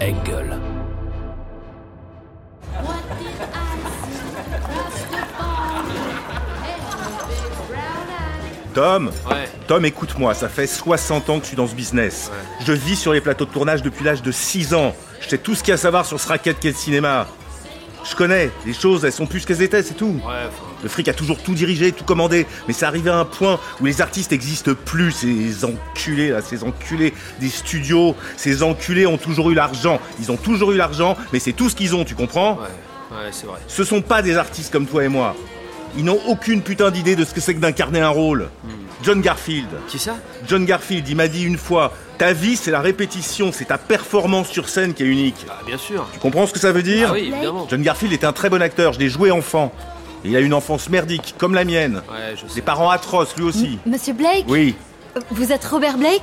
Engel. What did I see? Rastafari, and the big brown eyes. Tom Ouais. Tom, écoute-moi, ça fait 60 ans que je suis dans ce business. Je vis sur les plateaux de tournage depuis l'âge de 6 ans. Je sais tout ce qu'il y a à savoir sur ce racket qu'est le cinéma. Je connais, les choses, elles sont plus qu'elles étaient, c'est tout. Ouais, enfin, Le fric a toujours tout dirigé, tout commandé, mais c'est arrivé à un point où les artistes n'existent plus, ces enculés là, ces enculés des studios, ces enculés ont toujours eu l'argent, ils ont toujours eu l'argent, mais c'est tout ce qu'ils ont, tu comprends ouais, ouais, c'est vrai. Ce sont pas des artistes comme toi et moi. Ils n'ont aucune putain d'idée de ce que c'est que d'incarner un rôle. Hmm. John Garfield. Qui ça John Garfield, il m'a dit une fois, ta vie c'est la répétition, c'est ta performance sur scène qui est unique. Ah, bien sûr. Tu comprends ce que ça veut dire Ah oui, évidemment. John Garfield est un très bon acteur, je l'ai joué enfant. Et il a une enfance merdique, comme la mienne. Ouais, je sais. Des parents atroces, lui aussi. Monsieur Blake Oui, Euh, Vous êtes Robert Blake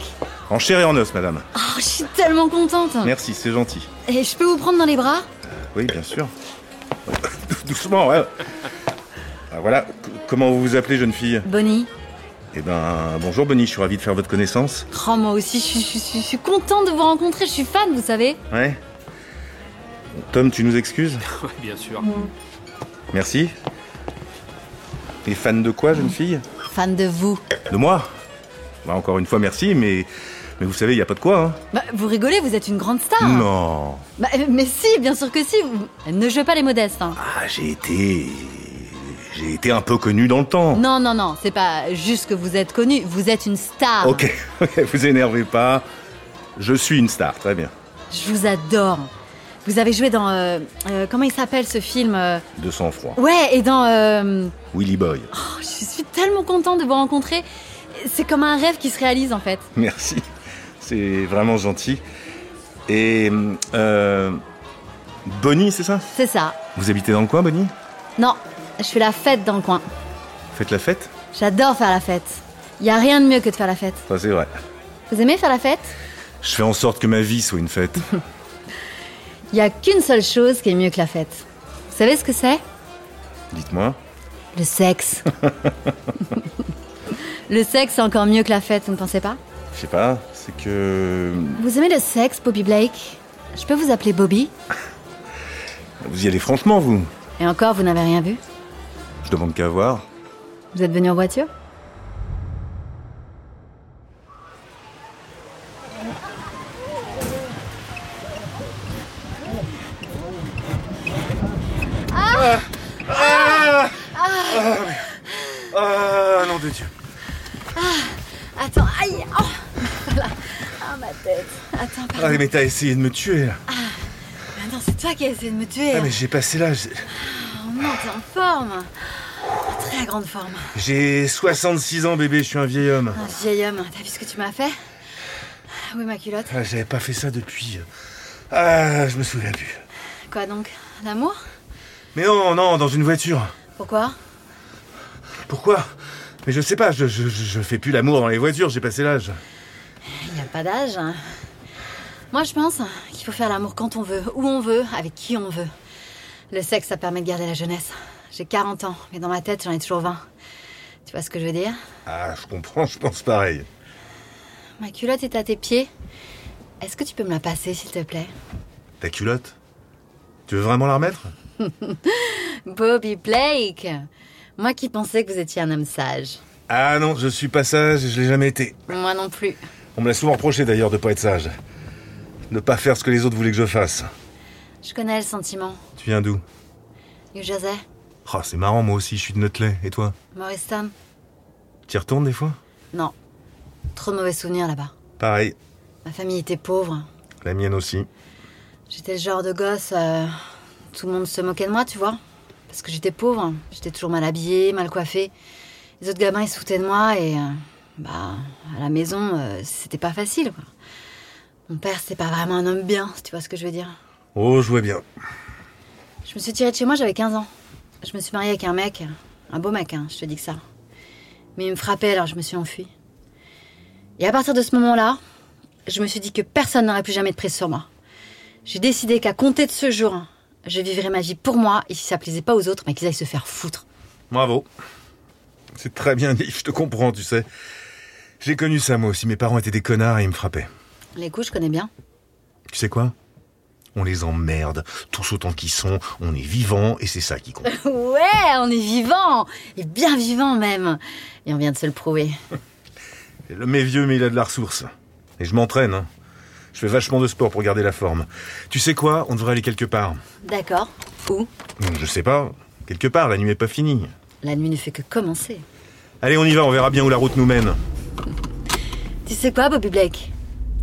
en chair et en os, madame. Oh, je suis tellement contente Ah. Merci, c'est gentil. Et je peux vous prendre dans les bras Oui, bien sûr. Doucement, ouais. Ah, voilà, C- comment vous vous appelez, jeune fille Bonnie Eh ben, bonjour Bonnie, je suis ravi de faire votre connaissance. Oh, moi aussi, je suis- je suis- je suis- je suis contente de vous rencontrer, je suis fan, vous savez Ouais Tom, tu nous excuses Ouais, bien sûr. Merci. Et fan de quoi, jeune fille Fan de vous. De moi Bah, Encore une fois, merci, mais... Mais vous savez, il n'y a pas de quoi, hein Bah, vous rigolez, vous êtes une grande star Non Bah, euh, Mais si, bien sûr que si vous- Ne jouez pas les modestes hein. Ah, j'ai été... J'ai été un peu connu dans le temps. Non, non, non, c'est pas juste que vous êtes connu, vous êtes une star Ok, ok, vous énervez pas. Je suis une star, très bien. Je vous adore Vous avez joué dans... euh, euh, comment il s'appelle ce film euh, De sang-froid. Ouais, et dans... euh, Willy Boy. oh, je suis tellement contente de vous rencontrer C'est comme un rêve qui se réalise en fait Merci. C'est vraiment gentil. Et. Euh, Bonnie, c'est ça C'est ça Vous habitez dans le coin, Bonnie Non, je fais la fête dans le coin. Faites la fête J'adore faire la fête. Y a rien de mieux que de faire la fête. Ça, c'est vrai. Vous aimez faire la fête Je fais en sorte que ma vie soit une fête. Y a qu'une seule chose qui est mieux que la fête. Vous savez ce que c'est Dites-moi. Le sexe. le sexe, c'est encore mieux que la fête, vous ne pensez pas Je sais pas, c'est que. Vous aimez le sexe, Bobby Blake Je peux vous appeler Bobby Vous y allez franchement, vous Et encore, vous n'avez rien vu Je demande qu'à voir. Vous êtes venu en voiture Ah, nom de Dieu. Attends, aïe oh, voilà. Ah, ma tête Attends, pardon. Ah, mais t'as essayé de me tuer, là. Attends, c'est toi qui as essayé de me tuer. Ah, mais j'ai passé l'âge. Oh non, t'es en forme. En très grande forme. J'ai 66 ans, bébé, je suis un vieil homme. Un Ah, vieil homme, t'as vu ce que tu m'as fait Oui, ma culotte. Ah, J'avais pas fait ça depuis. euh, Ah, je me souviens plus. Quoi donc L'amour Mais non, non, dans une voiture. Pourquoi Pourquoi Mais je sais pas, je, je, je- je fais plus l'amour dans les voitures, j'ai passé l'âge. Il n'y a pas d'âge. hein. Moi, je pense qu'il faut faire l'amour quand on veut, où on veut, avec qui on veut. Le sexe, ça permet de garder la jeunesse. J'ai 40 ans, mais dans ma tête, j'en ai toujours 20. Tu vois ce que je veux dire Ah, je comprends, je pense pareil. Ma culotte est à tes pieds. Est-ce que tu peux me la passer, s'il te plaît Ta culotte Tu veux vraiment la remettre Bobby Blake Moi qui pensais que vous étiez un homme sage. Ah non, je suis pas sage, je l'ai jamais été. Moi non plus. On me l'a souvent reproché d'ailleurs de pas être sage. Ne pas faire ce que les autres voulaient que je fasse. Je connais le sentiment. Tu viens d'où New Jersey, Oh, c'est marrant, moi aussi, je suis de Nutley. Et toi Morristown, Tu y retournes des fois non. Trop de mauvais souvenirs là-bas. Pareil, Ma famille était pauvre. la mienne aussi. J'étais le genre de gosse. euh, tout le monde se moquait de moi, tu vois. Parce que j'étais pauvre. J'étais toujours mal habillée, mal coiffée. Les autres gamins, ils se foutaient de moi et. euh, bah, à la maison, euh, c'était pas facile, quoi. Mon père, c'était pas vraiment un homme bien, si tu vois ce que je veux dire. Oh, je vois bien. Je me suis tirée de chez moi, j'avais 15 ans. Je me suis mariée avec un mec, un beau mec, hein, je te dis que ça. Mais il me frappait, alors je me suis enfuie. Et à partir de ce moment-là, je me suis dit que personne n'aurait plus jamais de prise sur moi. J'ai décidé qu'à compter de ce jour, je vivrais ma vie pour moi, et si ça plaisait pas aux autres, mais qu'ils aillent se faire foutre. Bravo. C'est très bien dit, je te comprends, tu sais. J'ai connu ça moi aussi, mes parents étaient des connards et ils me frappaient. Les coups, je connais bien. Tu sais quoi On les emmerde, tous autant qu'ils sont, on est vivant et c'est ça qui compte. Ouais, on est vivant Et bien vivant même Et on vient de se le prouver. L'homme est vieux mais il a de la ressource. Et je m'entraîne. hein. Je fais vachement de sport pour garder la forme. Tu sais quoi On devrait aller quelque part. D'accord. Où Bon, Je sais pas. Quelque part, la nuit est pas finie. La nuit ne fait que commencer. Allez, on y va, on verra bien où la route nous mène. Tu sais quoi, Bobby Blake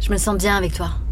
Je me sens bien avec toi.